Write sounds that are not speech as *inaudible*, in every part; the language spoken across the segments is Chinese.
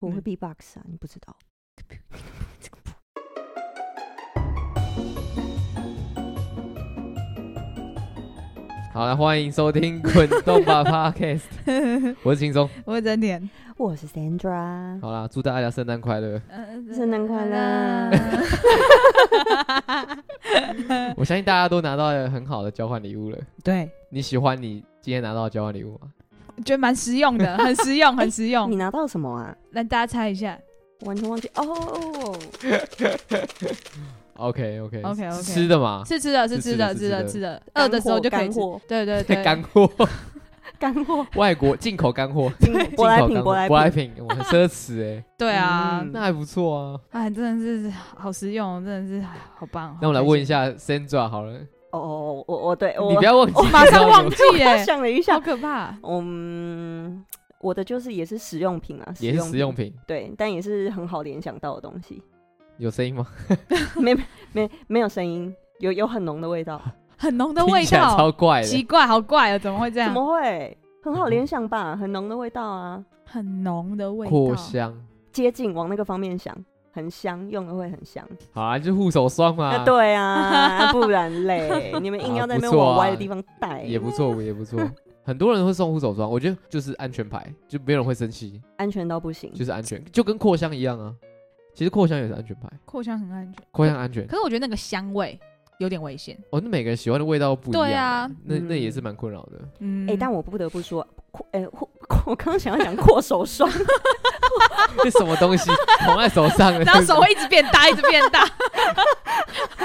我会嗯 B-box 啊，你不知道。好了，欢迎收听《滚动吧 Podcast》，我是 *laughs* 轻松。我整点，我是 Sandra， *laughs* 好啦，祝大家圣诞快乐！呃圣诞快乐我相信大家都拿到了很好的交换礼物了。 *laughs* 对，你喜欢你今天拿到的交换礼物吗？觉得蛮实 *laughs* 用的，很实用，很实你哎用。拿到什么啊？让大家猜一下完全忘记哦。 OK OK OK，OK 吃的嘛，是吃的，是啊是吃吃的，的吃是的，吃吃的。饿的时候就可以干吃。货，对对对， *laughs* 干货，干货，外国进口干货，进进舶来口品，干货舶来，舶来品。品，我很奢侈哎，对啊嗯，那还不错啊。哎，真的是好实用，真的是好棒。那我们来好开问一心，下 Sandra 好了，哦哦，我我对你我 *laughs* 不要忘记，我马上忘记耶，想了一好下，可怕。嗯，我的就是也是实用品啊，也是实用，品，对，但也是很好联想到的东西。有声音吗？没没没有声音，有有很浓的味道，很浓的味听起来道超，怪奇的，怪，好怪啊，怎么会这怎样？么会？很好联想吧，很浓的味道啊，很浓的味扩道。香。接近往那个方面想，很香，用的会很香。好啊，就护手霜嘛啊，，对啊，不然嘞，你们硬要在那边啊不错啊往歪的地方带，也不错，也 *laughs* 不错。很多人会送护手霜，我觉得就是安全牌，就没有人会生气，安全到不嗯行。就是安全，就跟扩香一样啊。其实扩香也是安全牌，扩香很安全，扩香安全可。是我觉得那个香味有点危险。哦，那每个人喜欢的味道不一样。对啊，那那嗯也是蛮困扰的。嗯，哎、但我不得不说，扩哎、扩我刚刚想要讲扩手霜，这什么东西 *laughs* 捧在手上的？然后手会一直变大，一直变大。 *laughs*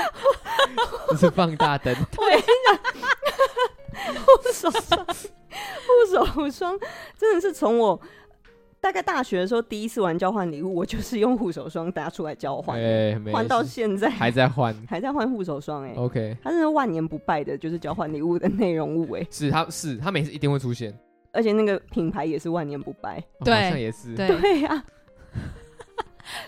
是放大 *laughs* 灯。 *laughs* 护手霜，护手霜真的是从我大概大学的时候第一次玩交换礼物，我就是用护手霜搭出来交换的，哎，没换、到事现在还哦在换。还在换护手霜、哎、 OK，它真的万年不败的，就是交换礼物的内容物、哎，是他是他每次一定会出现。而且那个品牌也是万年不败。哦对好像也是。对对呀、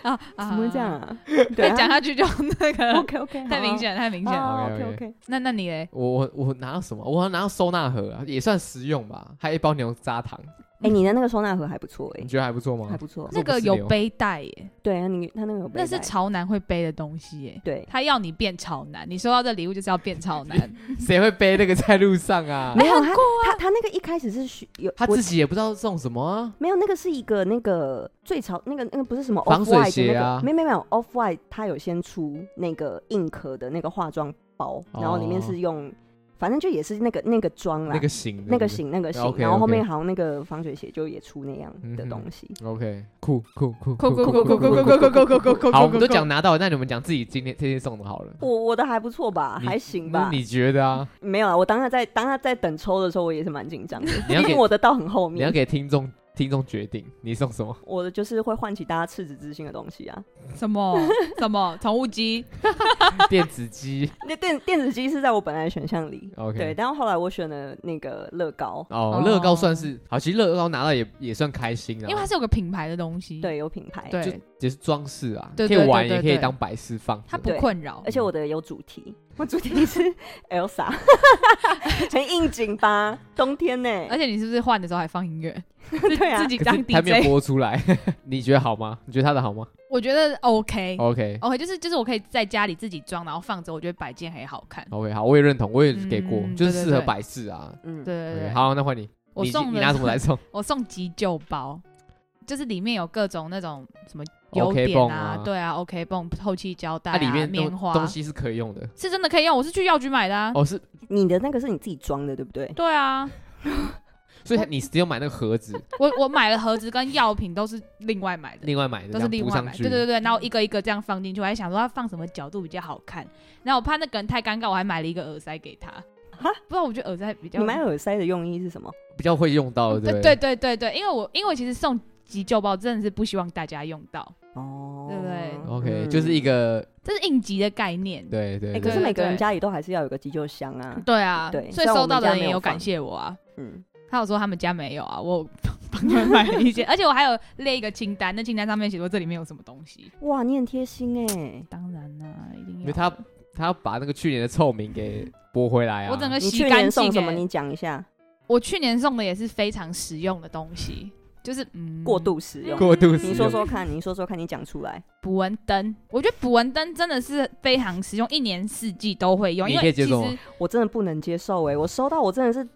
啊，啊，怎怎么会这样？啊？ *laughs* *laughs* 对再啊哦讲下去就那 *laughs* 个，OK OK，太明显，太明显。 ，OK OK，OK OK，那那你嘞？我我我拿到什么？我好像拿到收纳盒啊，也算实用吧。还有一包牛轧糖，哎，你的那个收纳盒还不错，你哎，觉得还不错吗还？不错。那个有背带耶，对啊，你他那个有背那是啊带潮男会背的东西耶。对，他要你变潮男，你收到这礼物就是要变潮男。 *laughs* 谁会背那个在路上啊？没有他他他那个一开始是需有他我自己也不知道送什么啊。没有那个是一个那个最潮那个那个不是什么防 off white 水鞋啊没有没有没有 off white 它有先出那个硬壳的那个化妆包，然后里面是用反正就也是那个那个妆啦哦那个。型，那个。型，那个型， OK，OK 然后后面好像那个防水鞋就也出那样嗯的东西。 OK，酷酷酷酷酷酷酷酷酷酷酷酷酷酷酷酷！好，我们都讲拿到了，那你们讲自己今天这天送的好了。我我的还不错吧，你还行那吧。你觉得啊？没有啊，我当下在当下在等抽的时候，我也是蛮紧张的，你要毕给竟我的到很后你要面。给听众听众决定你送 *laughs* 什么。我的就是会唤起大家赤子之心的东西啊。什 *laughs* 么什么宠物鸡？电子机那电电子机是在我本来的选项里，对， ，OK。但后来我选了那个乐高，哦哦，乐高算是好，其实乐高拿到也也算开心啊，因为它是有个品牌的东西，，对，有品牌，嗯对就也是装饰啊，可对以对玩，对也对可以对当摆饰放着。它不困扰而。且我的有主题， *laughs* 我主题是 Elsa，很应景吧？冬天呢、而且你是不是换的时候还放 *laughs* 音乐？ *laughs* 对啊哎自，己可当是还没有 DJ，播出来， *laughs* 你觉得好吗？你觉得它的好吗我觉得 OK。 ？OK OK，就是就是我可以在家里自己装，然后放着，我觉得摆件还好看。 OK，好，我也认同，我也给过，嗯就是对对适合对摆饰啊。嗯，对对 OK，对，好，那换你，我你送你的拿什么来 *laughs* 送？哦我送急救包，就是里面有各种那种什么油 OK 点泵啊，啊对啊，OK 泵、透气胶带、它、啊、里面棉东花东西是可以用的。是真的可以用，我是去药局买的啊。哦，是，你的那个是你自己装的，对不对？对啊，所以它嗯你只有买那个盒 *laughs* 子，我我买了盒子跟药品都是另外买的，另外买的，都这是样另铺外上买的。去。对对对，然后一个一个这样放进去，我还想说要啊放什么角度比较好看，然后我怕那个人太尴尬，我还买了一个耳塞给他。哈不知道我觉得耳塞比较你买耳塞的用意是什么？比较会用到的，哦对对不对对对对，因为我因为我其实送急救包真的是不希望大家用到，哦，对不对 OK，、就是一个。个这是应急的概念。对对哎、对可是对每个人对家里都还是要有个急救箱啊。对啊，对虽所以然我收们到的家人没也有有感放谢我啊。嗯，他有说他们家没有啊，我 *laughs* 有帮他们买了 *laughs* 一些，而且我还有列一个清单，那清单上面写说这里面有什么东西。哇，你很贴心哎、当然啦、一定因要为。他他要把那个去年的臭名给拨回来啊。我整个你洗去干年净、送什么？欸。你讲一下。我去年送的也是非常实用的东西，就是嗯过度使用。过度使你用。说说看，你说说看，你讲出来。捕蚊灯，我觉得捕蚊灯真的是非常实用，一年四季都会用，你因可以为接其受吗实我真的不能接受哎、我收到我真的是，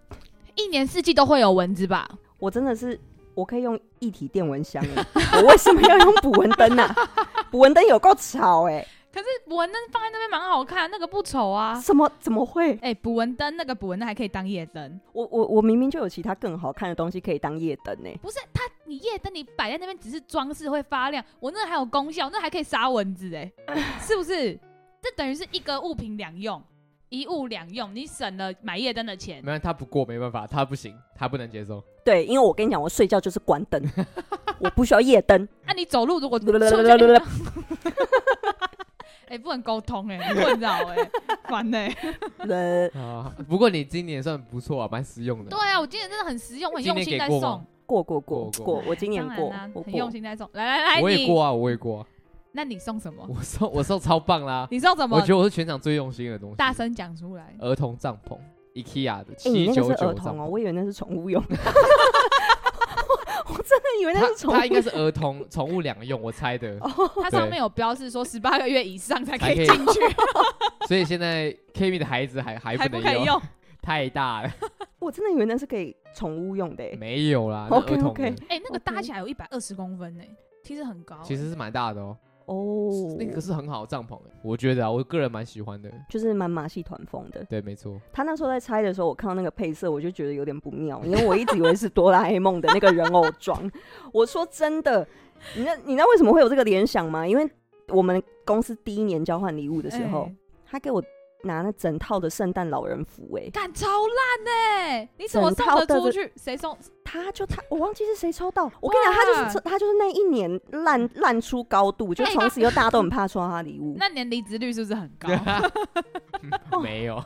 一年四季都会有蚊子吧。我真的是，我可以用一体电蚊香 *laughs* 欸、我为什么要用捕蚊灯啊？捕蚊灯有够吵哎、可是捕蚊灯放在那边蛮好看，那个不丑啊。怎么怎么会？哎、捕蚊灯那个捕蚊灯还可以当夜灯，我我我明明就有其他更好看的东西可以当夜灯呢、欸不是它，你夜灯你摆在那边只是装饰会发亮，我那个还有功效，那还可以杀蚊 *laughs* 子哎、是不是？这等于是一个物品两用，一物两用，你省了买夜灯的钱。没有他不过没办法，他不行，他不能接受。对，因为我跟你讲，我睡觉就是关 *laughs* 灯，我不需要夜灯。那、你走路如果出去， *laughs* 不哎、不能沟通哎、困扰哎、*laughs* 烦哎、呃哦啊，不过你今年算不错啊，蛮实用的对。啊，我今年真的很实用，我很今用年心给在过吗送。过过过过过，我今年当然过啦，我很过用。心在送。*laughs* 来来哎 *laughs* 来，我也你过啊，我也过啊，那你送什么？我送我送超棒啦！你送什我哦么觉？得我是全场最用心的东西。大声讲出来。儿童帐篷，IKEA 的哎、你七那个九是九儿帐童哦、篷。我以为那是宠物 *laughs* 用。 *laughs* 我我真的以为那它是宠它应该物。哦是儿童 *laughs* 宠物两用，我猜的。它对上面有标示说十八个月以上才可才可以以进去，所以现在 k i m i 的孩子还 *laughs* 还还不不可能以，用。太 *laughs* 大了，我真的以为那是给宠物用的、欸。没有啦。那 OK，儿童 OK 的哎，那个 OK 搭起来有一百二十公分呢，其实很高。其实是蛮大的哦，哦，那个是很好的帐篷欸，我觉得啊，我个人蛮喜欢的。就是蛮马戏团风的。对，没错，他那时候在拆的时候，我看到那个配色，我就觉得有点不妙，因为我一直以为是哆啦 A 梦的那个人偶装。我说真的，你那你知道为什么会有这个联想吗？因为我们公司第一年交换礼物的时候，哎，他给我拿那整套的圣诞老人服、哎，干超烂呢！你怎么整送套得的出去？谁送？他就他，我忘记是谁抽到。我跟你讲，他就是他就是那一年烂烂出高度，就哎从此以后大家都很怕收到他礼物， *laughs* 那年离职率是不是很 *laughs* 高？没有，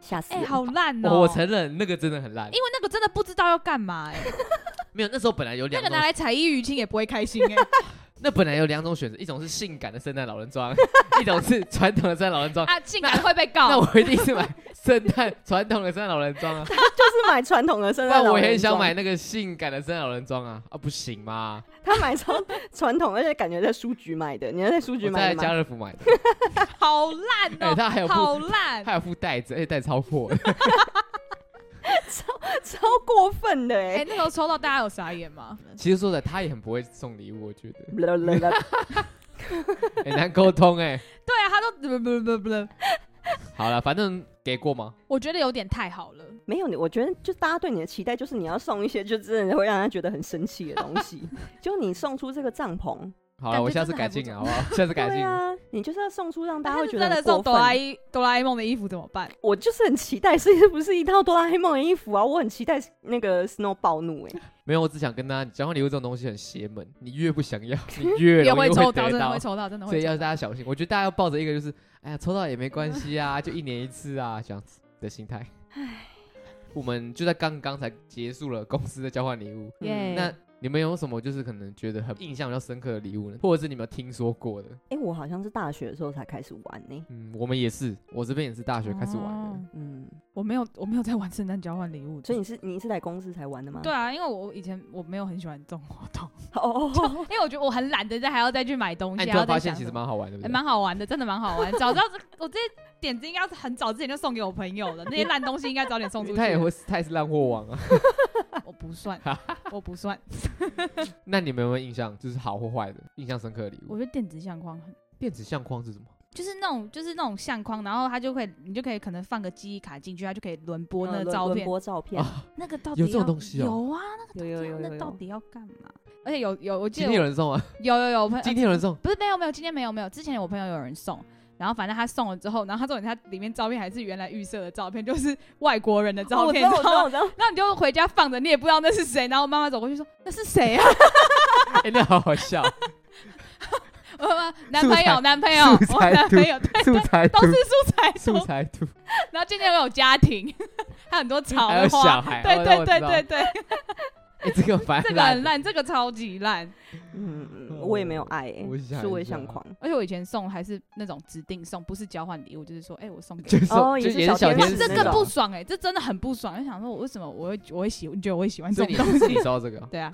吓死哎，人！好烂哦！我我承认那个真的很烂因，为那个真的不知道要干嘛哎，没有。那时候本来有那两个种拿，来彩衣娱亲也不会开心 *laughs* 哎。那本来有两种选择，一种是性感的圣诞老 *laughs* 人装，一种是传统的圣诞老人装。啊，性感会被告。那我一定是买圣诞传统的圣诞老人 *laughs* 装啊，就是买传统的圣那诞老人我装，也很想买那个性感的圣诞老人装啊，啊不行吗？ *laughs* 他买超传统，而且感觉在书局买的。你要在书局我买在的吗家乐福买 *laughs* 的，好烂哎，哦，他还有附好烂！他有附袋子，而且袋子超 *laughs* 破的，超过分的哎、哎、那时候抽到大家有傻眼吗？其实说的他也很不会送礼物，我觉得欸！很难沟通哎。对啊，他都不不不不，好了，反正给过吗？我觉得有点太好了。 *laughs* 没有你，我觉得就大家对你的期待就是你要送一些就真的会让他觉得很生气的东西。就你送出这个帐篷，好感了，觉我下次改进啊好不好？下次改对进。啊，你就是要送出让大家但会是觉真得的很送过哆啦分。一哆啦 A 梦的衣服怎么办？我就是很期待是不是一套哆啦 A 梦的衣服啊？我很期待那个 Snow 暴怒哎、没有，我只想跟大家，交换礼物这种东西很邪门，你越不想要， *laughs* 你越也容易抽到，得真的到会。抽到，真的所会以抽要到。大家小心。我觉得大家要抱着一个就是，哎呀，抽到也没关系啊，就一年一次啊这样子的心态。我们就在刚刚才结束了公司的交换礼物，耶那你们有什么就是可能觉得很印象比较深刻的礼物呢？或者是你们有听说过的？哎、我好像是大学的时候才开始玩呢、嗯，我们也是，我这边也是大学开始玩的。哦嗯，我没有，我没有在玩圣诞交换礼物的，所以你是你是来公司才玩的吗？对啊，因为我以前我没有很喜欢这种活 *laughs* 动，哦，因为我觉得我很懒得再还要再去买东哎、你西，突还要然再发现想其实什么。蛮好玩的，对哎不对？蛮好玩的，真的蛮好玩。早知道这我这些点子应该是很早之前就送给我朋友了，那些烂东西应该早点送因出为去。他也会，他也是烂货王啊。我不算，我不算。那你们有没有印象，就是好或坏的，印象深刻的礼我物？觉得电子相框很。电子相框是什么？就是那种就是那种相框，然后它就可以，你就可以可能放个记忆卡进去，它就可以轮播那个嗯轮照轮片。哦播照片，那个到底有这种要东西哦有啊，那有个有有有那到有，底要干嘛？而且有有，我记今得天有人送 *laughs* 啊？有有有我朋友，今天有人送？不是没有没有，今天没有没有，之前我朋友有人送。然后反正他送了之后，然后他重点他里面照片还是原来预设的照片，就是外国人的哦我照知片，道，我你知知道道，吗我知 *laughs* 道。然后你就回家放着，你也不知道那是谁。然后我妈妈走过去说：“那是谁 *laughs* 啊哎、那好好笑。？”啊我妈妈男朋友，男朋友，素材我男图朋 *laughs* 友，对，素材哎都图是素材图素材图， *laughs* 然后渐渐会有家庭，还有很多草还有花，小孩，对哦 *laughs* 对对对，对，哎，这个反这正个很烂，这个超级烂。嗯，我也没有爱、欸我想，是我也一下想狂。而且我以前送还是那种指定送，不是交换礼物，就是说，哎、我送给 *laughs* 就你。是哦就也是是小小天天使使啊那这种更 *laughs* 不爽哎、这真的很不爽。就想说，我为什么我会我会喜欢，你觉得我会喜欢所这以种你东是西你？收到这个哦，对啊，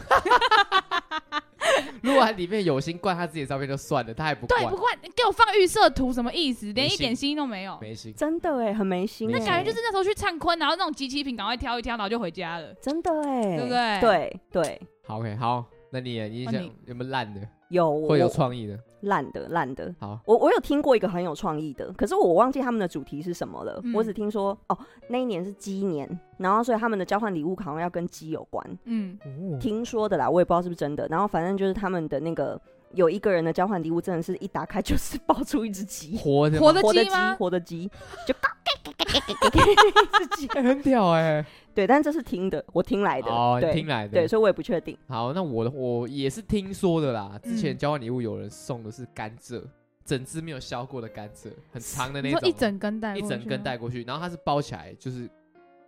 如果它里面有心灌他自己的照片就算了，他还不对，灌不，过你给我放预设图什么意思？没连一心点心意都没有。没心。真的哎、很没心、欸，那感觉就是那时候去灿坤，然后那种集齐品赶快挑一挑，然后就回家了。真的哎、对不对对对，好，OK，好，那你也你那想哦你有没有烂的，有我会有创意的？烂的烂的。哦好，我我有听过一个很有创意的，可是我忘记他们的主题是什么了。嗯我只听说哦，那一年是鸡年，然后所以他们的交换礼物好像要跟鸡有关，嗯，听说的啦，我也不知道是不是真的。然后反正就是他们的那个有一个人的交换礼物，真的是一打开就是爆出一只 *laughs* 鸡，活的活的的活的鸡鸡吗，？活的鸡，就 *laughs* 是鸡。很屌哎，对，但这是听的，我听来的，哦，你对听来的，对，所以我也不确定。好，那我的我也是听说的啦。之前嗯交换礼物有人送的是甘蔗，整只没有削过的甘蔗，很长 *laughs* 的那你种哦，说一整根带，啊一整根，带过去，然后它是包起来，就是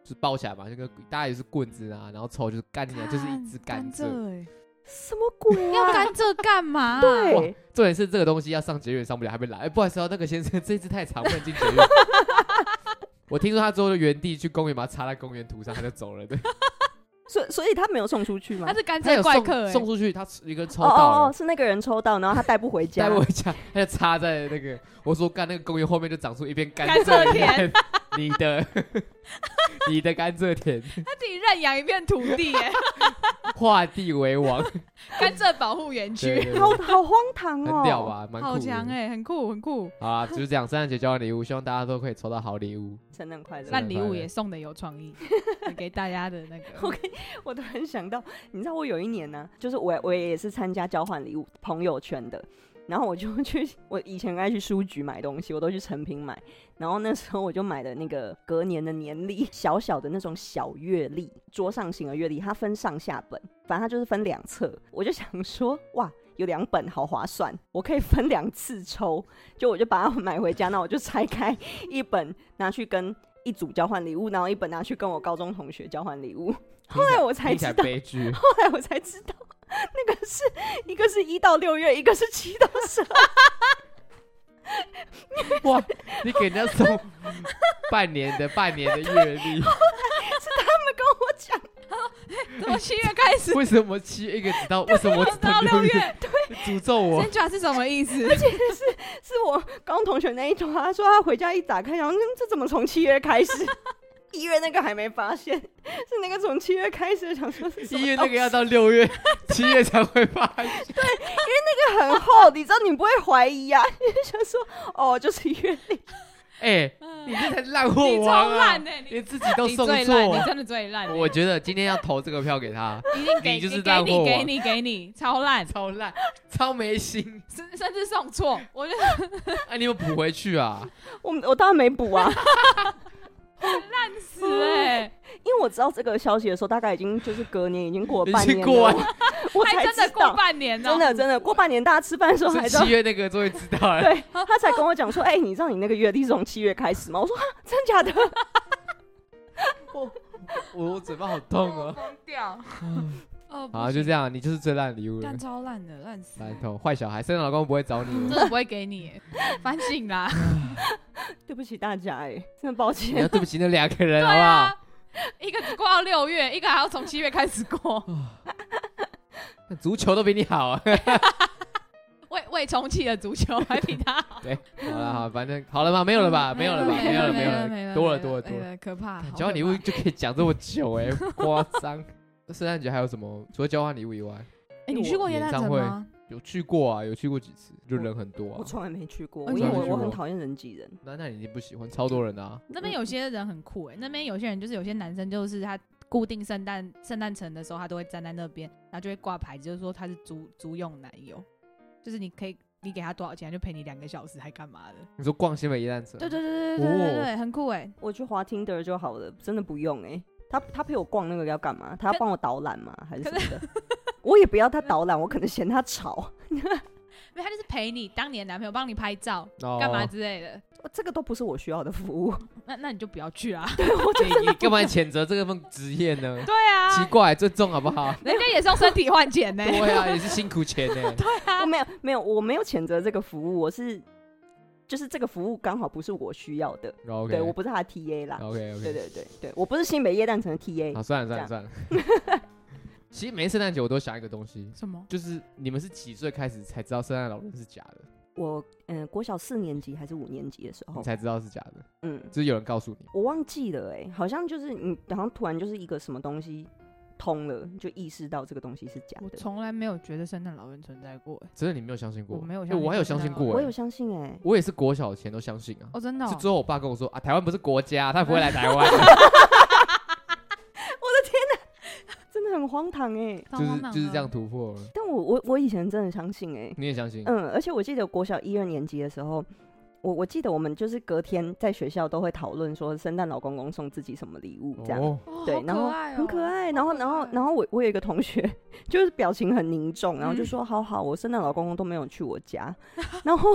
就是包起来嘛，那个大概也是棍子啊，然后抽就是干起来，就是一只甘蔗。蔗欸，什么鬼 *laughs* 要啊？甘蔗干嘛？ *laughs* 哇对，重点是这个东西要上捷运上不了，还没来。哎、不好意思哦、那个先生， *laughs* 这一只太长，不能进捷运。我听说他最后就原地去公园把它插在公园土上，他就走了。对，所以所以他没有送出去吗他？是甘啊他蔗有怪送客哎送，出去，他一个人抽哦哦到哦，了，是那个人抽到，然后他带不回家 *laughs* 带。回家，他就插在那个我说干那个公园后面就长出一片甘甘蔗田， *laughs* 你的你的甘蔗田， *laughs* 他自己认养一片土地哎，画地为王， *laughs* 甘蔗保护园对区，对对好好荒唐哦！很屌？吧，蛮酷好的。强哎，很酷很酷。好啦，就是这样，圣诞节交换礼物，希望大家都可以抽到好礼 *laughs* 物。圣诞快乐！烂礼物也送的有创意， *laughs* 给大家的那个 OK *laughs* 我突然想到，你知道我有一年呢、就是我我也是参加交换礼物朋友圈的，然后我就 *laughs* 去我以前爱去书局买东西，我都去成品买，然后那时候我就买的那个隔年的年历， *laughs* 小小的那种小月历，桌上型的月历，它分上下本，反正它就是分两册，我就想说哇。有两本好划算，我可以分两次抽，就我就把它买回家，那我就拆开一本拿去跟一组交换礼物，然后一本拿去跟我高中同学交换礼物。后后来我才听起知来道，悲 *laughs* 剧，后来我才知道， *laughs* 那个是一个是一到六月，一个是七到十二。哇！你给人家送半年的半年的阅 *laughs* 历，跟我讲，从七月开始，为什么七一个直到为什么我只到六月， *laughs* 诅咒我先？抓是什么意思？是我高中同学那一桌，他说他回家一打开，然后嗯这怎么从七月开 *laughs* 始？一月那个还没发现，是那个从七月开始，想说是什么一月那个要到六 *laughs* 月、七月才会发现，那个很厚，你知道你不会怀疑啊？ *laughs* 你就想说哦，就是一月历，哎，嗯你这才烂货你超王啊！烂哎，你连自己都你送最烂，你错，真的最烂，我觉得今天要投这个票给他，一定给你就是给烂货你王给你给你 *laughs* 超烂，超烂，超没心，甚甚至送错，我觉得哎，你有补回去啊？我我当然没补 *laughs* 啊，烂死哎，因为我知道这个消息的时候，大概已经就是隔年，已经过了已半经年了，过完我我还才真的知过道，半年呢，真的真的过半年，大家吃饭的时候还是知道七月那个终于知道了。对 *laughs* 他才跟我讲说，哎、你知道你那个月历是从七月开始吗？我说哈，真假的？我我嘴巴好痛我哦。疯 *laughs* 掉，哦， *laughs* 好，就这样，你就是最烂的礼物了干。超烂的，烂 *laughs* 死，烂头坏小孩，圣诞老公不会找你真的。的不会给你耶，反省啦， *laughs* 对不起大家、哎，真的抱你歉。要对不起那两个人，对好不啊好？，一个只过到六月，一个还要从七月开始过，那足球都比你好啊。 *laughs* 未未重启的足球还比他好，对，好了，好，反正好了吗？没有了嗯吧？没有了吧？没有了，没有了，多了，多了，多了。哎了，哎可怕，交换礼物就可以讲这么久， *laughs* 哎，夸张。圣诞节还有什么？除了交换礼物以外，哎，你去过耶诞城吗？有去过啊？有去过几次？就人很多我啊。从来没去过，哦因为你没我去我很过讨厌人挤人。那那你一定不喜欢，超多人的啊。那边有些人很酷哎、那边有些人就是有些男生就是他固定圣诞圣诞城的时候，他都会站在那边，然后就会挂牌子，就是说他是租租用男友，就是你可以你给他多少钱，他就陪你两个小时，还干嘛的？你说逛新北夜诞城？对对对对对对哦对，很酷哎、我去滑 Tinder 就好了，真的不用哎、他他陪我逛那个要干嘛？他要帮我导览吗？还是什么的？ *laughs* 我也不要他导览，我可能嫌他吵。因为他就是陪你当你的男朋友，帮你拍照哦 *laughs* 干嘛之类的，这个都不是我需要的服 *laughs* 务。那那你就不要去 *laughs* 啊。你你干嘛谴责这个份职业 *laughs* 呢？ *laughs* 对奇啊，怪，尊重好不好？人家也是用身体换 *laughs* 钱呢、对啊，也是辛苦钱 *laughs* 呢。我哦没有没有，我没有谴责这个服务，我是就是这个服务刚好不是我需要的， OK 哦对我不是他的 TA 啦。 OK 对 OK，对对对，我不是新北夜诞城的 TA，好，算了算了这算了。 *laughs* 其实每次圣诞节我都想一个东西，什么？就是你们是几岁开始才知道圣诞老人是假的？我嗯、呃国小四年级还是五年级的时你候，才知道是假的，嗯，就是有人告诉你。我忘记了哎、好像就是你好像突然就是一个什么东西通了，就意识到这个东西是假我的。从来没有觉得圣诞老人存在过、欸。真的你没有相信过？我没有欸相信我还有相信我过、我欸，有相信哎、我也是国小前都相信啊。哦，真的、是哦最。后我爸跟我说啊，台湾不是国家，他不会来台 *laughs* 湾，真的很荒唐哎、就就是就是这样。突破了。但我我我以前真的相信哎、你也相信？嗯，而且我记得国小一二年级的时候，我我记得我们就是隔天在学校都会讨论说圣诞老公公送自己什么礼物这样。哦，哦、对，然后很可爱，然后然后然后后我我有一个同学，就是表情很凝重，然后就嗯说：“好好，我圣诞老公公都没有去我家。” *laughs* 然后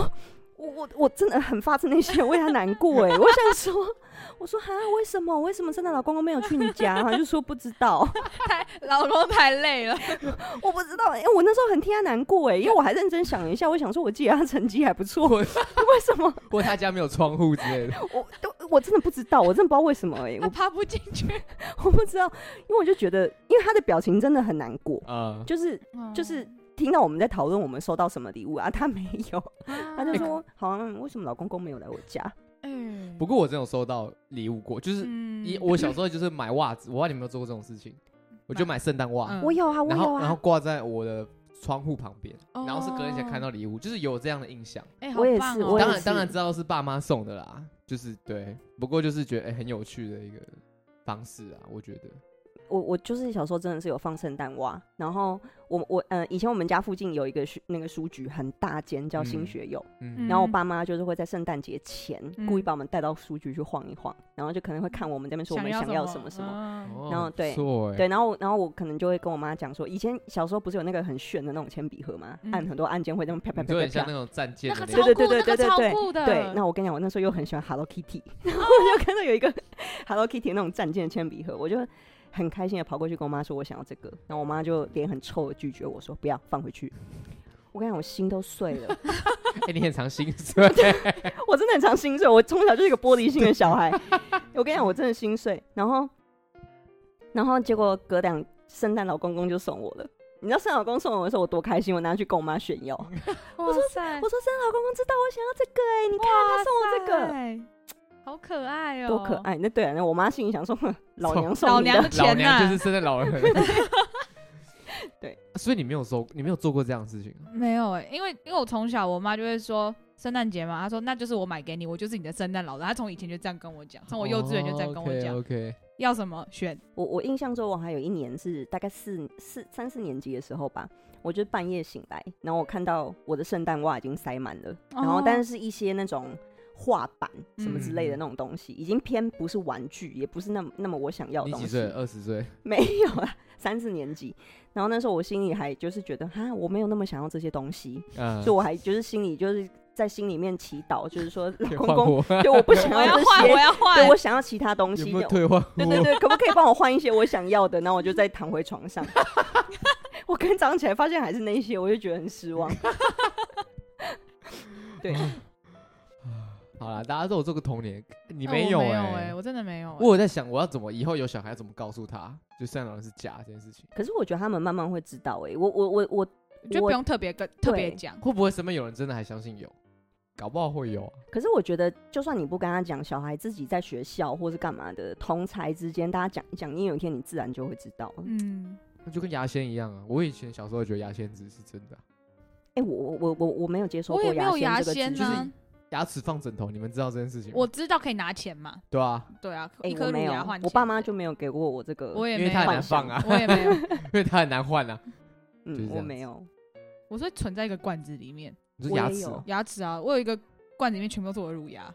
我我我真的很发自内心的为他难过哎，我想说， *laughs* 我说哈，为什么为什么圣诞老公公没有去你家？他就说不知道，太老公太累哎了， *laughs* 我不知道，欸因为我那时候很替他难过哎，因为我还认真想了一下，我想说，我记得他成绩还不错， *laughs* 为什么或他家没有窗户之类的，我都我真的不知道，我真的不知道为什么哎，他我爬不进去，我不知道，因为我就觉得，因为他的表情真的很难过，啊，就是哦就是听到我们在讨论我们收到什么礼物啊， *laughs* 他没有，他他哎就说好像为什么老公公没有来我家？嗯，不过我真有收到礼物过，就是嗯一我小时候就是买袜子，我不知道你有没有做过这种事情，我就买圣诞袜，嗯我有啊，我然有后然后啊，挂在我的窗户旁边，然后是隔天才看哦，到礼物，就是有这样的印象。哎、好我也棒是哦我也当然当然知道是爸妈送的啦，就是对，不过就是觉得哎很有趣的一个方式啊，我觉得。我我就是小时候真的是有放圣诞袜，然后我我呃以前我们家附近有一个书那个书局很大间叫新学友，嗯，然后我爸妈就是会在圣诞节前嗯故意把我们带到书局去晃一晃，然后就可能会看我们这边说我们想要什么嗯什么。么啊然后对错哎，对，然后然后我可能就会跟我妈讲说，以前小时候不是有那个很炫的那种铅笔盒吗？嗯按很多按键会这样啪啪你啪就啪很像啪那。种战舰那的个那超 *laughs* 种，对对对酷，那个对超对酷的，对，那我跟你讲，我那时候又很喜欢 Hello Kitty，然后我就看到有一个 *laughs* Hello Kitty 那种战舰铅笔盒，我就很开心的跑过去跟我妈说我想要这个，然后我妈就脸很臭的拒绝我说不要放回去。我跟你讲，我心都碎了，哎，你很常心碎，我真的很常心碎，我从小就是一个玻璃心的小孩。我跟你讲，我真的心碎。然后，然后结果隔两圣诞老公公就送我了。你知道圣诞老公送我的时候我多开心，我拿去跟我妈炫耀。哇塞我，说圣诞老公公知道我想要这个哎、你看他送我这个，个，好可爱哦，多可，爱！那对啊，那我妈心里想说，哼老娘送老你娘的的，老钱娘就呐是，圣诞老 *laughs* 人。 *laughs* 对，啊所以你没有收，你没有做过这样的事情啊。没有哎，因为因为我从小我妈就会说。圣诞节嘛，她说那就是我买给你，我就是你的圣诞老人。她从以前就这样跟我讲，从我幼稚园就这样跟我讲， OK，要什么选。我我印象中我还有一年是大概四四三四年级的时候吧，我就半夜醒来，然后我看到我的圣诞袜已经塞满了，然后哦但是一些那种。画板什么之类的嗯那种东西，已经偏不是玩具，也不是那么那么我想要的你东几西。岁？二十岁。 *laughs* 没有啦，三四年级。然后那时候我心里还就是觉得，哈，我没有那么想要这些东西，嗯所以，我还就是心里就是在心里面祈祷，就是 *laughs* 说老退公换公货就我不想我要要这换，些我，要换对，我想要其他东有西。没对有退换货？对对，可不可以帮我换一些我想要的？然后我就再躺回床上。 *laughs* 我跟早上起来发现还是那些，我就觉得很失 *laughs* 望。对，嗯好啦，大家都有这个童年，你你没有没有哎、我真的没有欸。我有在想，我要怎么以后有小孩怎么告诉他，就圣诞老人是假这件事情，可是我觉得他们慢慢会知道、欸。哎，我我我我，我觉得我欸不用特别跟特别讲，会不会身边有人真的还相信有？搞不好会有、啊，可是我觉得，就算你不跟他讲，小孩自己在学校或是干嘛的，同才之间大家讲一讲，你有一天你自然就会知道。哎、嗯，那就跟牙仙一样啊。我以前小时候觉得牙仙子是真的啊、欸我我我我我没有接受我过也没有牙牙啊仙这个仙知识。呢，牙齿放枕头，你们知道这件事情吗？我知道可以拿钱嘛，对啊，对啊，哎、一我颗乳没有牙换，钱，我爸妈就没有给过我这个。我也因没为它很有难，放啊，我 *laughs* 也没有，因为它很难换啊。就是嗯，这我样没子有。我是存在一个罐子里面，你我说牙也齿、有哦，牙齿啊，我有一个罐子里面全部都是我的乳牙，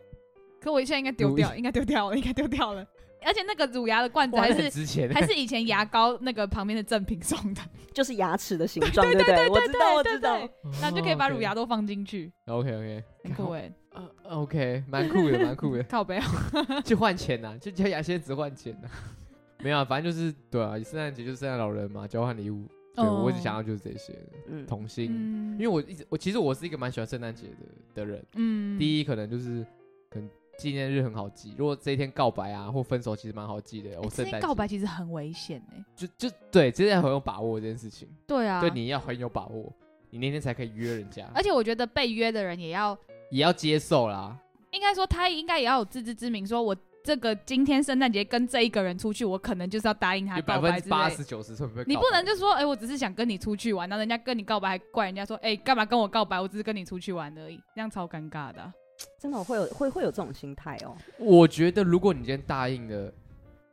可我现在应该丢乳掉，应该丢掉了，应该丢掉了，而且那个乳牙的罐子哇还那很是值钱，还是以前牙膏那个旁边的赠品送的，就是牙齿的形状，对 *laughs* 不对？我知道，我知道。然后就可以把哦乳牙都放进去， OK OK， *laughs* 很酷哎，，哦呃 OK，蛮酷的，蛮酷的靠背哦， *laughs* 去换钱呐，去交牙仙子换钱呐。 *laughs* 没有啊，反正就是对啊，圣诞节就是圣诞老人嘛，交换礼物。对，我一直想要就是这些的嗯，童心，哦嗯，因为我一直我其实我是一个蛮喜欢圣诞节的的人。嗯，第一可能就是可能纪念日很好记，如果这一天告白啊或分手，其实蛮好记的。我哦欸这圣些诞告白节其实很危险哎，就就对，真的很有把握这件事情，对啊，对，你啊要很有把握，你那天才可以约人家，而且我觉得被约的人也要，也要接受啦。应该说他应该也要有自知之明，说我这个今天圣诞节跟这一个人出去，我可能就是要答应他有百啊告分白之之八类的。十九十会不会？你不能就说，哎、我只是想跟你出去玩，然后人家跟你告白，还怪人家说，哎、干嘛跟我告白？我只是跟你出去玩而已，这样超尴尬的啊、真的会有会会有这种心态哦。我觉得如果你今天答应了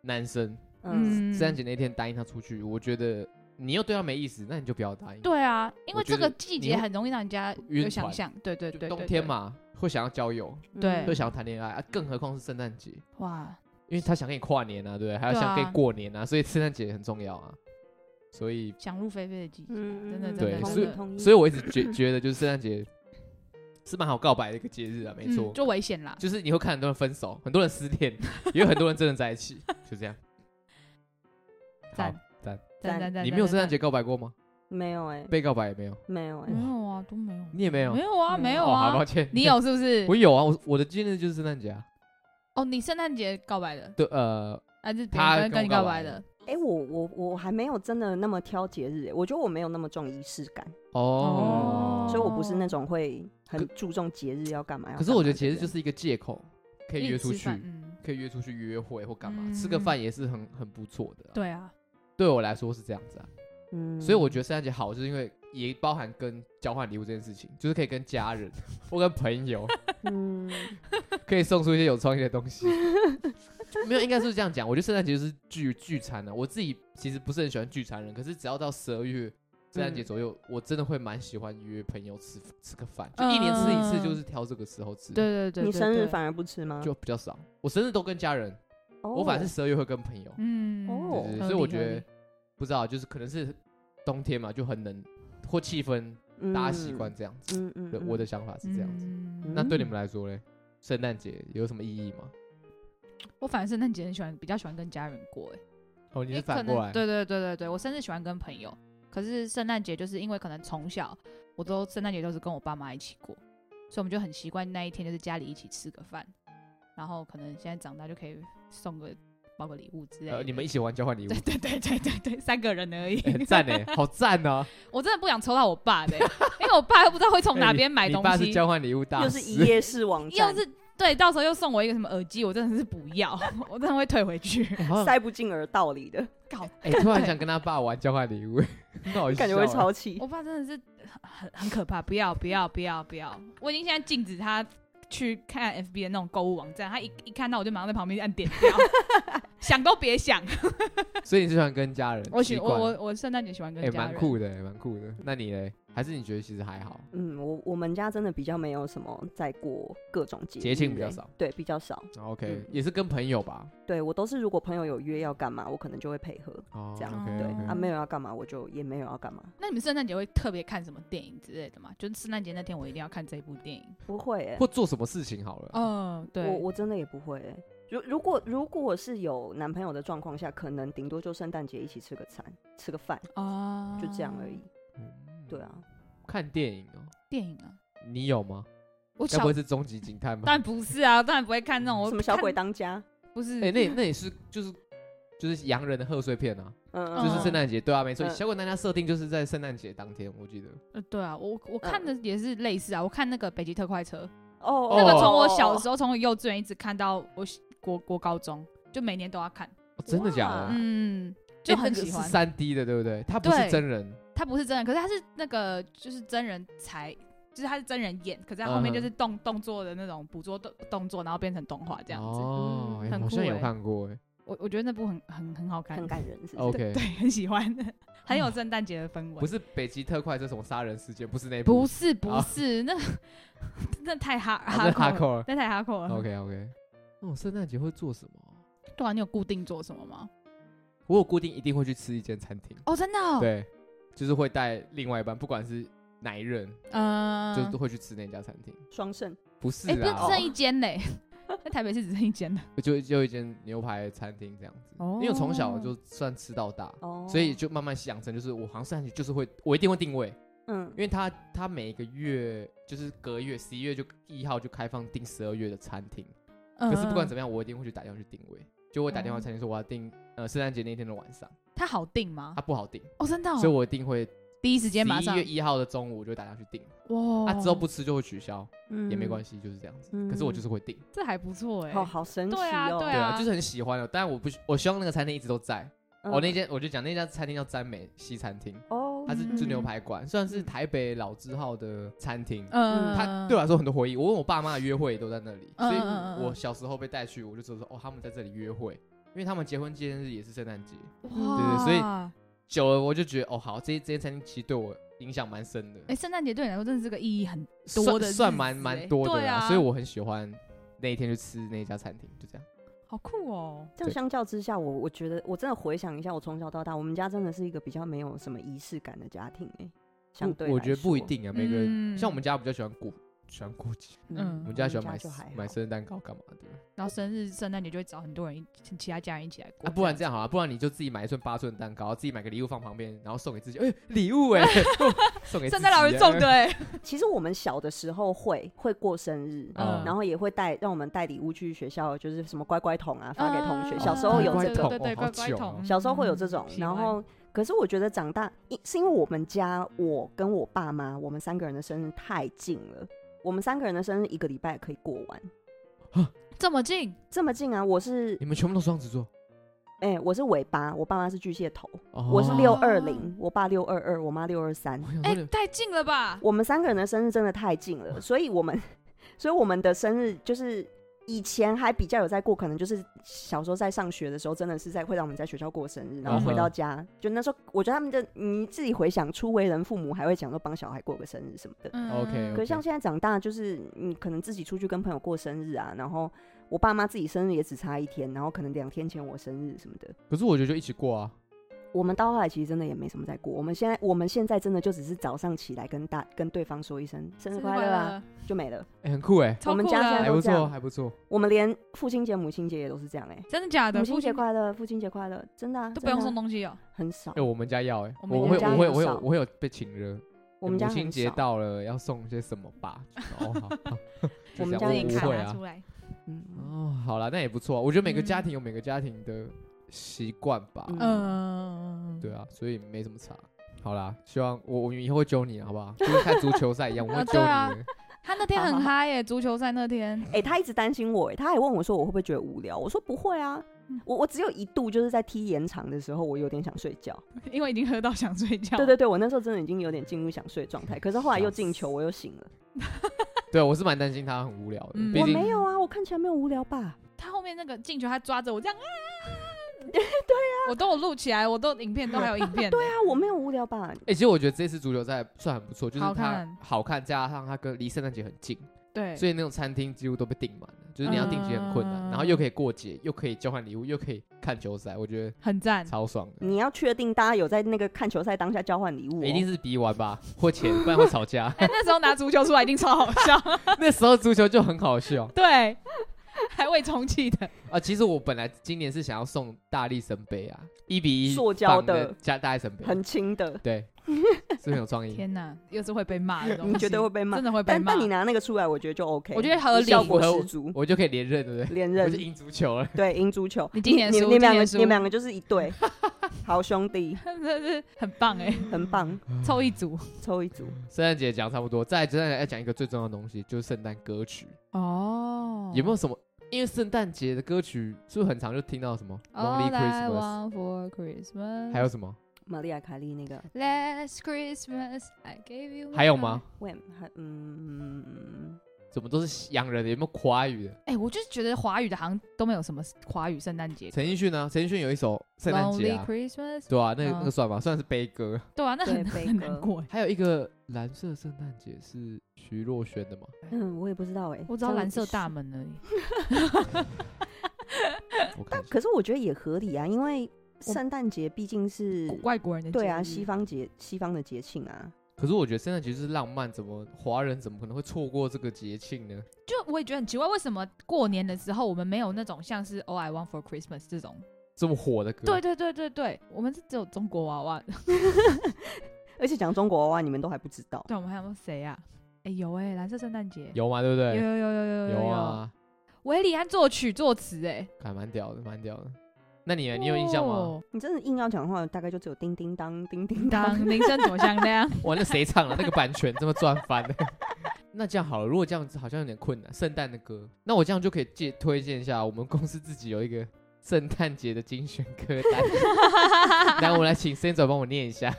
男生，嗯，圣诞节那天答应他出去，我觉得你又对他没意思，那你就不要答应。对啊，因我为觉这个得季你节会很容易让人家晕有想船象，对对就对，冬对天，对嘛，会想要交友，嗯对会想要谈恋爱啊，更何况是圣诞节，哇，因为他想跟你跨年啊，对不对？还要对啊想跟你过年啊，所以圣诞节很重要啊。所以，想入非非的季节，嗯真的真对的，所同真意的同意。所以我一直觉 *coughs* 觉得就是圣诞节是蛮好告白的一个节日啊，没错嗯，。就危险啦。就是你会看很多人分手，很多人失 *laughs* 恋，也有很多人真的在一起，就这样。好赞，赞！赞赞赞！你没有圣诞赞节告白过吗？没有哎，被告白也没有，没有哎赞，没有啊，都没有，你也没有，没有啊，没没有有哦好啊抱，歉，你？有是不是？ *laughs* 我有啊，我我的纪念日就是圣诞节啊。哦，你圣诞节告白的，对，呃，还是别他人跟跟你我告告白白的的？哎，我我我还没有真的那么挑节日欸，我觉得我没有那么重仪式感，哦哦，所以我不是那种会很可注重节日要干嘛。要可是我觉得节日干嘛的人就是一个借口，可以一约起出吃去饭，嗯，可以约出去约会或干嘛，嗯吃个饭也是很很不错的啊。对啊，对我来说是这样子啊，嗯所以我觉得圣诞节好，就是因为也包含跟交换礼物这件事情，就是可以跟家人或跟朋友，得，嗯，可以送出一些有创意的东西。 *laughs* 没有，应该是这样讲。我觉得圣诞节就是聚聚餐啊，我自己其实不是很喜欢聚餐人，可是只要到十二月圣诞节左右，我真的会蛮喜欢约朋友吃吃个饭，就一年吃一次，嗯就是挑这个时候吃。对对对，你对生日对反而不吃吗？就比较少。我生日都跟家人，我反正是十二月会跟朋友。嗯哦对对对，合所以我理觉合得理不知道，就是可能是冬天嘛，就很冷，或气氛是大家习惯，这样子。嗯嗯对，嗯我的想法是这样子。嗯那对你们来说嘞，圣诞节有什么意义吗？我反正圣诞节很喜欢，比较喜欢跟家人过，哎，哦，你也是可反过能来，对对对对对，我生日喜欢跟朋友，可是圣诞节就是因为可能从小我都圣诞节都是跟我爸妈一起过，所以我们就很习惯那一天就是家里一起吃个饭，然后可能现在长大就可以送个包个礼物之类的。呃，你们一起玩交换礼物对，对对对对对，三个人而已。哎 *laughs* 很赞哎，好赞哦！我真的不想抽到我爸的欸、因为我爸又不知道会 *laughs* 从哪边买哎你东爸是西，交换礼物大又是一 *laughs* 师，夜式网站， *laughs* 又是对，到时候又送我一个什么耳机，我真的是不要， *laughs* 我真的会退回去。 *laughs* 哎好想塞不进耳道里的，搞，哎，突然想跟他爸玩交换礼 *laughs* 物，很好笑哎，感觉会超气。我爸真的是很很可怕，不要不要不要不要！我已经现在禁止他去看 FB 的那种购物网站，他一一看到我就马上在旁边按点掉， *laughs* 想都别想。所以你是喜欢跟家人习惯？我喜我我我圣诞节喜欢跟哎，家蛮人，酷的，蛮酷的。那你嘞？还是你觉得其实还好？嗯，我我们家真的比较没有什么在过各种节日节庆比较欸少，对，比较少。哦 OK，、嗯也是跟朋友吧。对我都是如果朋友有约要干嘛，我可能就会配合。哦这样 OK 对 OK，、啊，没有要干嘛，我就也没有要干嘛，那你们圣诞节会特别看什么电影之类的吗？就是圣诞节那天我一定要看这部电影。不会欸或做什么事情好了。嗯，对，我我真的也不会欸如如果如果是有男朋友的状况下，可能顶多就圣诞节一起吃个餐，吃个饭，啊就这样而已。。嗯对，啊，看电影哦，电影啊，你有吗？我该小不会嗯是终极警探吧？当然不是啊，当然不会看那种什么小鬼当当家，不是哎、那也那也是就是就是洋人的贺岁片啊，嗯，就是圣这诞节，对啊，没错。嗯小鬼当家设定就是在圣诞节哦当天，我记得。呃对啊，我嗯我看的也是类似啊，我看那个《北极特快车》，哦，那个哦从我小时候，候从我幼稚园一直看到我国国高中，就每年都要看，哦真的假的？哇哎嗯，就很那个喜欢是。三 D 的，对不对？它不是对真人，他不是真人，可是他是那个就是真人才，就是他是真人演，可是他后面嗯哼就是动动作的那种捕捉动动作，然后变成动画这样子。哦，嗯哎很好酷像有哎看过哎。我我觉得那部很很很好看很感人，是不是？ OK，对，很喜欢，很有圣诞节的氛嗯围。不是北极特快这什么杀人事件，不是那一部不，是不啊是，那那太哈啊那哈扣了，嗯 hardcore。那太哈扣了。 OK OK，哦，圣诞节会做什么？对啊，你有固定做什么吗？我有固定一定会去吃一间餐厅，哦，真的、哦，，对，就是会带另外一半，不管是哪一任，嗯、就是都会去吃那家餐厅。双胜不是哎、不是啊只，剩一间嘞， *laughs* 在台北市只剩一间了。就就一间牛排餐厅这样子。哦因为我从小就算吃到大，哦，所以就慢慢养成，就是我好像上去就是会，我一定会定位，嗯因为他他每个月就是隔月十一月就一号就开放订十二月的餐厅，可是不管怎么，么样，我一定会去打电话去定位，就我打电话哦餐厅说我要订呃圣诞节那天的晚上，它好定吗他？不好订，哦，真的、哦，啊所以我一定会第一时十间马上一哦月一号的中午我就打电话去订，哇，他之后不吃就会取消嗯也没关系，就是这样子。嗯可是我就是会订，这还不错哎、哦，好神奇对啊哦，对对啊，就是很喜欢的，但我不我希望那个餐厅一直都在。嗯我那间我就讲那家餐厅叫詹美西餐厅，哦，它是嗯就牛排馆，虽然是台北老字号的餐厅，嗯，它对我来啊说很多回忆。我跟我爸妈的约会也都在那里，嗯所以嗯嗯我小时候被带去，我就知道说哦，他们在这里约会，因为他们结婚纪念日也是圣诞节。哇，对对所以哎、久了我就觉得哦，好，这一这间餐厅其实对我影响蛮深的，哎圣诞节对你来说真的是个意义很算多的日子算蛮蛮多的对啦，啊所以我很喜欢那一天去吃那家餐厅，就这样。好酷哦，这样相较之下，我我觉得我真的回想一下，我从小到大，我们家真的是一个比较没有什么仪式感的家庭哎、相对不我来觉得不一说，定啊，每个人嗯像我们家比较喜欢过喜欢过节，嗯我们家喜欢我买们家就还好买生日蛋糕干嘛的。然后生日圣诞节就会找很多人一起其他家人一起来过，啊，不然这样好了，不然你就自己买一寸八寸蛋糕，自己买个礼物放旁边，然后送给自己。 *laughs* 哎、礼物哎、送给圣诞老人送的、哎哎， *laughs* 其实我们小的时候会会过生日，嗯然后也会带让我们带礼物去学校，就是什么乖乖桶啊发给同学。嗯小时候有乖 *laughs* 这乖种桶，对对对，哦乖好乖久哦桶，小时候会有这种嗯，然后可是我觉得长大，因是因为我们家我跟我爸妈，我们三个人的生日太近了，我们三个人的生日一个礼拜可以过完，这么近，这么近啊！我是你们全部都双子座，哎、我是尾巴，我爸妈是巨蟹头，哦我是六二零，我爸六二二，我妈六二三，我想哎、说你太近了吧？我们三个人的生日真的太近了，所以我们，所以我们的生日就是以前还比较有在过，可能就是小时候在上学的时候，真的是在会让我们在学校过生日，然后回到家，就那时候我觉得他们的你自己回想，初为人父母还会讲说帮小孩过个生日什么的。嗯 OK，可是像现在长大，就是你可能自己出去跟朋友过生日啊，然后我爸妈自己生日也只差一天，然后可能两天前我生日什么的，可是我觉得就一起过啊，我们到后来其实真的也没什么在过。我们现在我们现在真的就只是早上起来跟大跟对方说一声生日快乐啊，，就没了。哎、很酷哎、超我们酷家的现在还都不这样错，还不错。我们连父亲节、母亲节也都是这样哎、真的假的？母亲父节快乐，父亲节快乐，真的、啊、都不用真送的啊，东西哦，很少哎、。我们家要哎、我们我会家我会很我会有少我会有被请了。我们家母亲很节少，到了，要送些什么吧？ *laughs* 哦，好好就 *laughs* 我们这样家我也不是会拿啊出。来，嗯，哦，好啦，那也不错啊。我觉得每个家嗯庭有每个家庭的习惯吧。嗯嗯，对啊，所以没什么差。好啦，希望我我们以后会揪你，啊好不好？就是看足球赛一样，我们会啊揪对你啊的。他那天好很好好嗨耶，足球赛那天，哎、他一直担心我、欸，他还问我说我会不会觉得无聊，我说不会啊嗯，我我只有一度就是在踢延长的时候，我有点想睡觉。因为已经喝到想睡觉，对对对，我那时候真的已经有点进入想睡状态，可是后来又笑死进球，我又醒了。对，啊我是蛮担心他很无聊的，嗯毕我竟没有啊，我看起来没有无聊吧？他后面那个进球，他抓着我这样啊，对啊，我都有录起来，我都影片都还有影片， *laughs* 对啊，啊，我没有无聊吧？哎、其实我觉得这次足球赛算很不错，就是好它看好看，加上它跟离圣诞节很近，对，所以那种餐厅几乎都被订满了，就是你要订节很困难，嗯然后又可以过节，又可以交换礼物，又可以看球赛，我觉得很赞，。超爽的。你要确定大家有在那个看球赛当下交换礼物、哦，一定是比完吧，或钱，不然会吵架 *laughs* 哎，那时候拿足球出来一定超好 *laughs* 笑，那时候足球就很好笑对，还未充气的，啊！其实我本来今年是想要送大力神杯啊，一比一塑胶放的加大力神杯，很轻的， *laughs* 对，是很有创意。天哪，又是会被骂的东西，你 *laughs* 绝对会被骂嗯真。的会被但骂但，你拿那个出来，我觉得就 OK，我觉得合理效果合我十 *laughs* 足，我就可以连任，对不对？连我任就赢足球了。对赢足球。你今年你输你们两今个年输你们两个就是一 *laughs* 对好兄弟， *laughs* 真的是很棒哎，很棒，凑一组凑一组。圣诞节讲差不多，再来圣诞节要讲一个最重要的东西，就是圣诞歌曲。哦有没有什么？因为圣诞节的歌曲是不是很常就听到什么《Lonely All I Christmas want for》，Christmas，还有什么？玛利亚凯莉那个 Last Christmas I gave you，my 还有吗？ When 还嗯，怎么都是洋人的？有没有华语的？哎、我就是觉得华语的好像都没有什么华语圣诞节。陈奕迅呢？陈奕迅有一首圣诞节 Lonely 啊， Christmas，对啊，那个嗯那个算吧，算是悲歌。对啊，那对很悲很歌难过哎。还有一个蓝色圣诞节是徐若瑄的吗？欸嗯，我也不知道哎，我只知道蓝色大门而已。我看一下可是我觉得也合理啊，因为我圣诞节毕竟是外国人的对节啊，日西方节西方的节庆啊，可是我觉得圣诞节是浪漫，怎么华人怎么可能会错过这个节庆呢？就我也觉得很奇怪，为什么过年的时候我们没有那种像是 All I Want for Christmas 这种？这么火的歌，对，对对对对，我们是只有中国娃娃，而且讲中国娃娃你们都还不知道，对，我们还有谁啊？哎、有哎、蓝色圣诞节，有嘛，对不有对？有有有有有，啊，韦礼安作曲作词哎、还蛮屌的，蛮屌的。那哎你呢你有印象吗？哦？你真的硬要讲的话，大概就只有叮叮当叮叮当。当铃声怎么像那样？哇，那谁唱啊 *laughs* 了？那个版权这么赚翻的。 *laughs* 那这样好了，如果这样子好像有点困难。圣诞的歌，那我这样就可以借推荐一下，我们公司自己有一个圣诞节的精选歌 *laughs* 单。那我们来请 s a n d r 帮我念一下。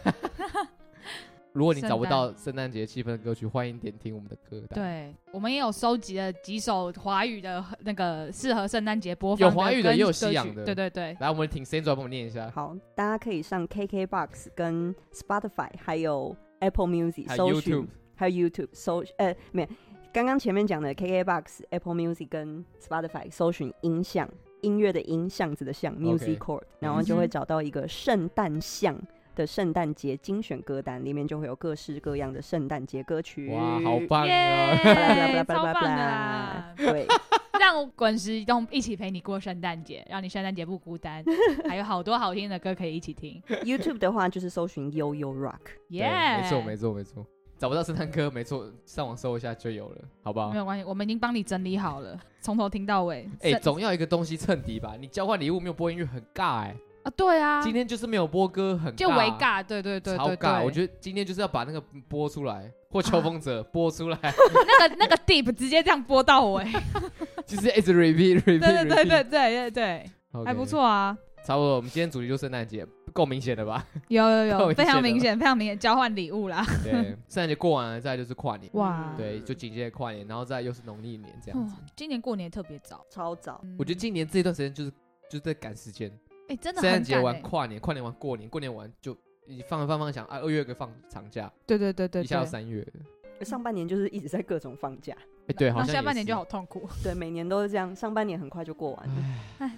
如果你找不到圣诞节气氛的歌曲，欢迎点听我们的歌单。对，我们也有收集了几首华语的那个适合圣诞节播放有华语的的跟也有歌西洋曲的对对对，来，我们请 s a n d r 帮我念一下。好，大家可以上 KKBox、跟 Spotify 还有 Apple Music 还有搜寻 YouTube，还有 YouTube 搜呃没有，刚刚前面讲的 KKBox、Apple Music 跟 Spotify 搜寻音像音乐的音巷子的巷 Music Chord，然后就嗯会找到一个圣诞巷的圣诞节精选歌单，里面就会有各式各样的圣诞节歌曲。哇，好棒耶啊！ *laughs* 啦啦啦啦啦啦啦超棒的 *laughs* 啦！对， *laughs* 让滚石移动一起陪你过圣诞节，让你圣诞节不孤单，还有好多好听的歌可以一起听。 YouTube 的话就是搜寻悠悠 Rock，对耶、没错没错没错，找不到圣诞歌，没错，上网搜一下就有了，好不好没？有关系，我们已经帮你整理好了，从头听到尾。哎、圣总要一个东西衬底吧？你交换礼物没有播音乐很尬哎、啊，对啊，今天就是没有播歌很尬就围，尬，对对对超对尬。对，啊我觉得今天就是要把那个播出来，或秋风者播出来，那个那个 deep 直接这样播到 *laughs* 尾，就是一直 repeat repeat 对对对 repeat 对对对对， OK，还不错啊，差不多，我们今天主题就圣诞节，够明显了 *laughs* 吧？有有够 *laughs* 有，明非常显的明了显，非常明显，交换礼物啦，对，圣诞节过完了，再来就是跨年，哇嗯对，就紧接着跨年，然后再又是农历年这样哦子。，今年过年特别早，超早。嗯我觉得今年这段时间就是就是在赶时间，哎、真的圣诞很赶、节完欸，跨年，跨年完过年，过年完就你放一放放想啊，二月可以放长假，对对对对一下到对，三月了，上半年就是一直在各种放假，哎，对，好然像后下也半年是就好痛苦，对，每年都是这样，上半年很快就过完了。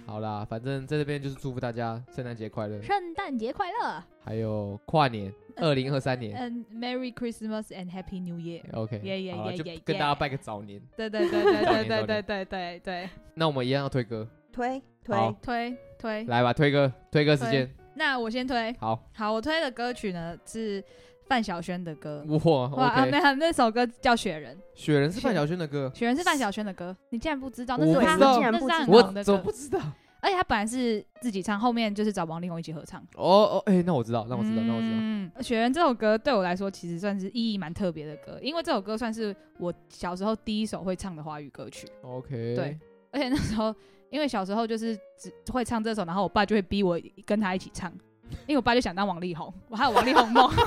好啦，反正在这边就是祝福大家圣诞节快乐，圣诞节快乐， *laughs* 还有跨年， *laughs* 二零二三年。嗯，Merry Christmas and Happy New Year， OK， Yeah, yeah, 好啦 yeah, 就 yeah, 跟大家 yeah 拜个早年。对对对早年对早对年对对对对，那我们一样要推歌，推好推，推推，来吧，推歌，推歌时哎推间。那我先推，好，好，我推的歌曲呢是范晓萱的歌。哇哇啊，没哦，OK，有，那首歌叫《雪人》，雪人是范晓萱的歌，雪人是范晓萱的歌，你竟然不知道？那我是不他，知道那竟是然他不很红我的怎么歌不，知道？而且他本来是自己唱，后面就是找王力宏一起合唱。哦哦，哎，那我知道，那我知道，那我知道。嗯，《雪人》这首歌对我来说其实算是意义蛮特别的歌，因为这首歌算是我小时候第一首会唱的华语歌曲， OK，对，而且那时候因为小时候就是只会唱这首，然后我爸就会逼我跟他一起唱，因为我爸就想当王力宏，我还有王力宏梦。 *laughs*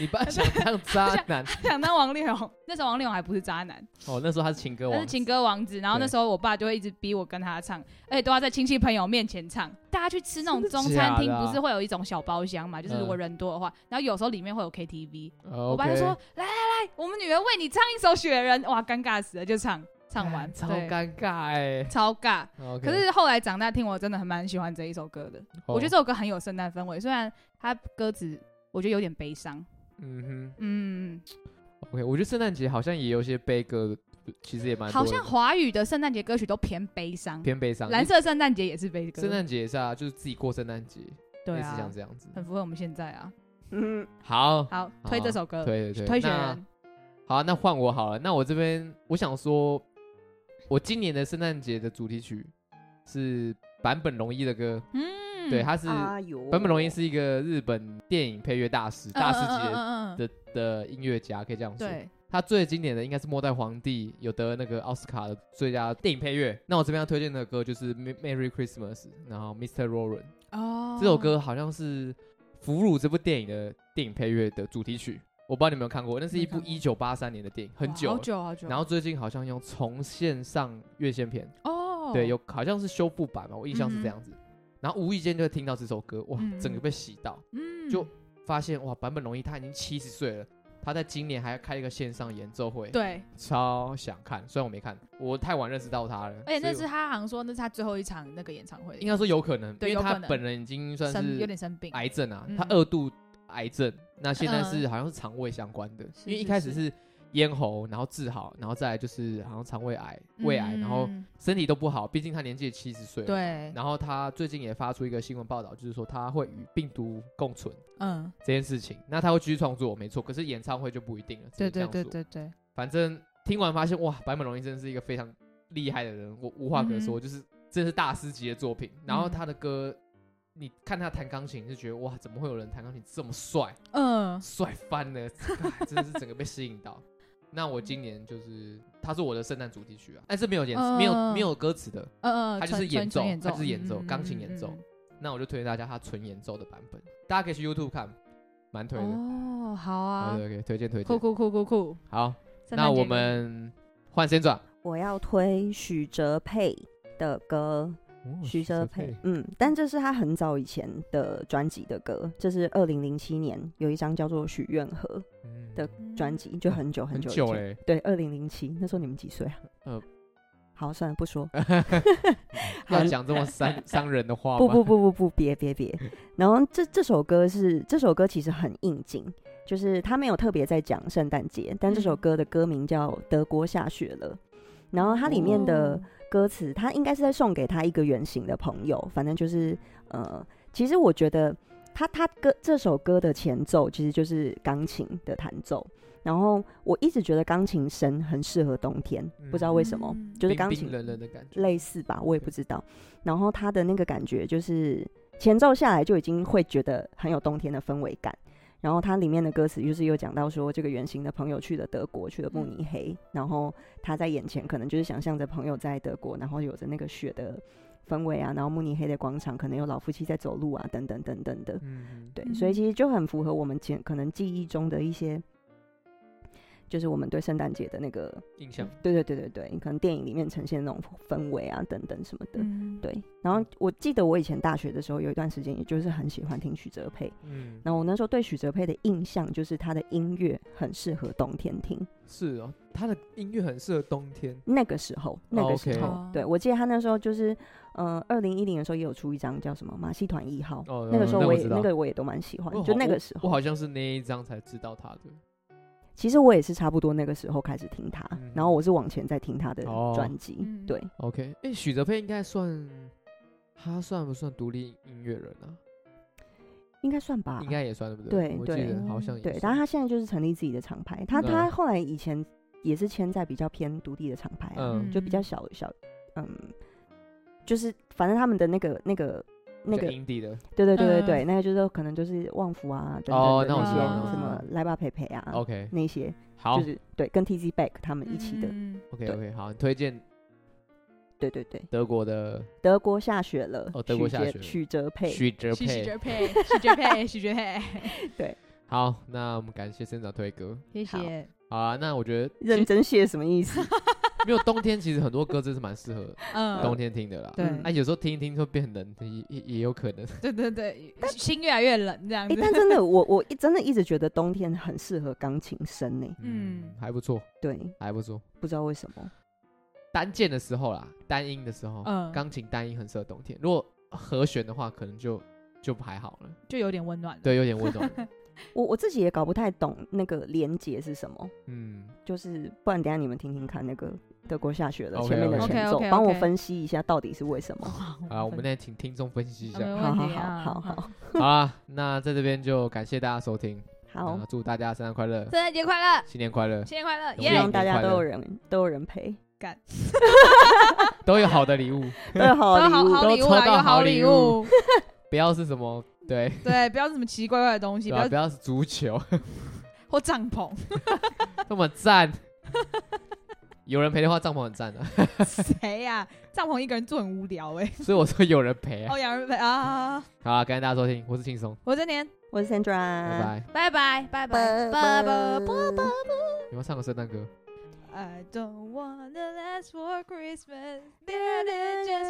你爸想当渣男想当王力宏，那时候王力宏还不是渣男，哦，那时候他是情歌他王是子，情歌王子。然后对那时候我爸就会一直逼我跟他唱，而且都要在亲戚朋友面前唱。大家去吃那种真的中餐厅，假的啊嗯不是会有一种小包厢嘛？就是如果人多的话，然后有时候里面会有 KTV。我我爸就说：“来来来，我们女儿为你唱一首《雪人》。”哇，尴尬死了，就唱唱完，超对尴尬哎。超尬。 OK，哦可是后来长大听，我真的很蛮喜欢这一首歌的。我觉得这，这首歌很有圣诞氛围，虽然它歌词我觉得有点悲伤。嗯嗯，哼，OK，我觉得圣诞节好像也有一些悲歌，其实也蛮多好的像华语的圣诞节歌曲都偏悲伤，偏悲伤。蓝色圣诞节也是悲歌，圣诞节是啊，就是自己过圣诞节，对类似啊像，这样子。很符合我们现在啊。嗯，好，好，推这首歌，对对对，推雪那人，好，那换我好了。那我这边我想说，我今年的圣诞节的主题曲是坂本龙一的歌，嗯对，他是啊有坂本龙一是一个日本电影配乐大师，大师级的嗯嗯嗯嗯嗯嗯的的音乐家，可以这样说。对，他最经典的应该是《末代皇帝》，有得那个奥斯卡的最佳电影配乐。那我这边要推荐的歌就是《Mer- Merry Christmas》，然后《Mr. Rowan》哦，这首歌好像是《俘虏》这部电影的电影配乐的主题曲。我不知道你们有没有看过，那是一部没看过一九八三年的电影，很哇久好了。久好久，然后最近好像用重现上院线片，哦，对，有好像是修复版嘛，我印象是嗯哼这样子。然后无意间就听到这首歌，哇嗯，整个被洗到，嗯就发现哇，坂本龙一他已经七十岁了，他在今年还开一个线上演奏会，对，超想看，虽然我没看，我太晚认识到他了。而且那所是以他好像说那是他最后一场那个演唱会应，该说有可能，因对为他有可能本人已经算生有是点生病，癌症啊，嗯他二度癌症，那现在嗯是好像是肠胃相关的，是因为一是开始是是咽喉，然后治好，然后再来就是好像肠胃癌、胃癌，然后嗯身体都不好，毕竟他年纪也七十岁了。对，然后他最近也发出一个新闻报道，就是说他会与病毒共存嗯，这件事情。那他会继续创作，没错，可是演唱会就不一定了。只对能这对样对说，对对，反正听完发现哇，坂本龙一真是一个非常厉害的人，我无话可嗯说，就是这是大师级的作品。然后他的歌，你看他弹钢琴，你就觉得哇，怎么会有人弹钢琴这么帅，嗯，帅翻了，哎真的是整个被吸引到。 *laughs* 那我今年就是，它是我的圣诞主题曲啊，但是没有演，嗯没有没有歌词的，嗯嗯，他就是纯纯演奏纯演奏，他就是演奏嗯钢琴演奏那我就推荐大家他纯演奏的版本，大家可以去 YouTube 看，蛮推的。哦，好啊，对对，推荐推酷荐。酷酷酷酷，好，圣诞那节我跟们换先转。我要推许哲佩的歌，哦许哲哦佩，嗯，但这是他很早以前的专辑的歌，这是二零零七年有一张叫做《许愿盒》嗯的专辑，就很久很很久以久欸前。 *laughs* 嘞，对，二零零七那时候你们几岁啊？呃好，算了，不说。要讲这么 *laughs* 伤伤人的话吗？不不不不不，别别别。然后这这首歌是这首歌其实很应景，就是他没有特别在讲圣诞节，但这首嗯歌的歌名叫《德国下雪了》，然后它里面的、哦歌词，他应该是在送给他一个远行的朋友。反正就是呃，其实我觉得他他歌这首歌的前奏其实就是钢琴的弹奏。然后我一直觉得钢琴声很适合冬天，不知道为什么，嗯就是冰钢冰琴冷冷的感觉，类似吧，我也不知道。然后他的那个感觉就是前奏下来就已经会觉得很有冬天的氛围感。然后它里面的歌词就是有讲到说，这个远行的朋友去了德国，去了慕尼黑，然后他在眼前可能就是想象着朋友在德国，然后有着那个雪的氛围啊，然后慕尼黑的广场可能有老夫妻在走路啊，等等等等的。嗯，对，嗯所以其实就很符合我们前可能记忆中的一些，就是我们对圣诞节的那个印象对对对对对，可能电影里面呈现那种氛围啊，等等什么的。嗯，对，然后我记得我以前大学的时候有一段时间，也就是很喜欢听许哲佩。嗯，然后我那时候对许哲佩的印象就是他的音乐很适合冬天听。是哦，他的音乐很适合冬天，那个时候，那个时 OK 候哦对我记得他那时候就是，呃，二零一零的时候也有出一张叫什么《马戏团一号》哦那个时候那我也知道那个我也都蛮喜欢我，哦就好那我个时我候，好像是那一张才知道他的其实我也是差不多那个时候开始听他嗯，然后我是往前在听他的哦专辑嗯，对， ，OK，哎，许哲佩应该算他算不算独立音乐人啊？应该算吧，应该也算对不对？啊对我记对嗯得好像也对，是但他现在就是成立自己的厂牌，他他嗯后来以前也是签在比较偏独立的厂牌、啊，嗯就比较小小，嗯，就是反正他们的那个那个那比个较，indie 的对对对对嗯对，那个就是可能就是旺福啊等哦等的那我那知些道那我知道什么来吧陪陪啊 OK，那些，哦好就是对跟 TZ Back 他们一起的，嗯， ，OK OK，好，推荐对对对，德国的德国下雪了，哦德国许下哲雪了许哲佩，许哲许许佩。哲佩，许哲佩，许哲佩，好，那我们感谢生长推歌。 *laughs* 谢谢。好啊，那我觉得认真谢什么意 *laughs* 思？没有冬天，其实很多歌真是蛮适合嗯，冬天听的啦。啊对嗯那、有时候听一听会变冷，也也也有可能。对对对，心越来越冷这样哎、子。但真的，我我一真的一直觉得冬天很适合钢琴声呢、嗯还不错，对，还不错。不知道为什么。单键的时候啦，单音的时候，嗯钢琴单音很适合冬天。如果和弦的话，可能就就还好了。就有点温暖。， *laughs* 对，有点温暖。我我自己也搞不太懂那个连接是什么，嗯，就是不然等一下你们听听看那个德国下雪了 OK，前面的 OK 前奏 OK，OK，OK，帮我分析一下到底是为什么。啊，我们来请听众分析一 *laughs* 没下。好问好题啊，好好好，好啦，那在这边就感谢大家收听，好那，祝大家圣诞快乐，圣诞节快乐，新年快 *laughs* 乐，新年快乐，我希耶！望大家都有人都有人陪，都有好的礼物，都有好 *laughs* 都礼物。好礼物啦，都啊抽到有好好礼礼物物。不要是什么对。 *laughs* 对，不要什么奇奇怪怪的东西，对不吧？要不要是足球，或 *laughs* 帐篷，那么赞。 *laughs* 有人陪的话，帐篷很赞的、啊，谁呀？帐篷一个人住很无聊哎。所以我说有人陪、啊。哦，杨瑞啊，好啊，感谢大家收听，我是轻松，我这年，我是 Sandra，拜拜。拜拜拜拜拜拜拜拜拜拜。有没有唱个圣诞歌？ I don't wanna last for Christmas. There it just